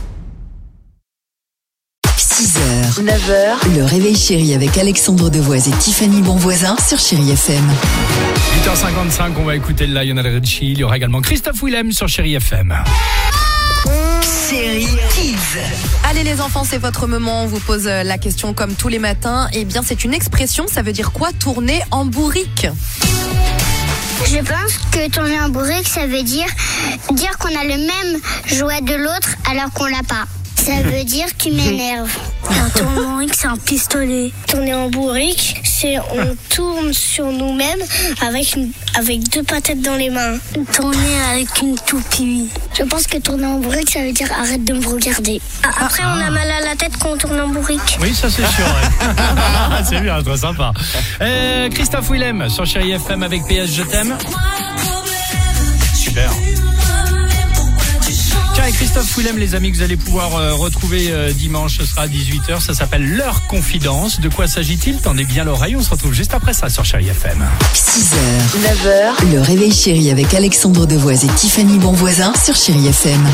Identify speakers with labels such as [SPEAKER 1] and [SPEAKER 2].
[SPEAKER 1] 6h, 9h, le réveil chéri avec Alexandre Devoise et Tiffany Bonvoisin sur Chéri FM.
[SPEAKER 2] 8h55, on va écouter Lionel Richie. Il y aura également Christophe Willem sur Chéri FM.
[SPEAKER 1] Chéri Kids.
[SPEAKER 3] Allez les enfants, c'est votre moment. On vous pose euh, la question comme tous les matins. Eh bien, c'est une expression. Ça veut dire quoi tourner en bourrique
[SPEAKER 4] Je pense que tourner un bourrique, ça veut dire dire qu'on a le même jouet de l'autre alors qu'on l'a pas. Ça veut dire tu m'énerves. Un tourner en bourrique, c'est un pistolet. Tourner en bourrique, c'est on tourne sur nous-mêmes avec, une- avec deux patates dans les mains. Tourner avec une toupie. Je pense que tourner en bourrique, ça veut dire arrête de me regarder. Ah, Après, on a mal à la tête quand on tourne en bourrique.
[SPEAKER 2] Oui, ça c'est sûr. ouais. c'est bien, trop sympa. Euh, Christophe Willem sur Chéri FM avec PS Je t'aime. Super. Tiens, et Christophe Willem, les amis, que vous allez pouvoir euh, retrouver euh, dimanche, ce sera à 18h. Ça s'appelle L'heure confidence. De quoi s'agit-il Tendez bien l'oreille, on se retrouve juste après ça sur Chéri FM.
[SPEAKER 1] 6h, 9h, le réveil chéri avec Alexandre Devoise et Tiffany Bonvoisin sur Chéri FM.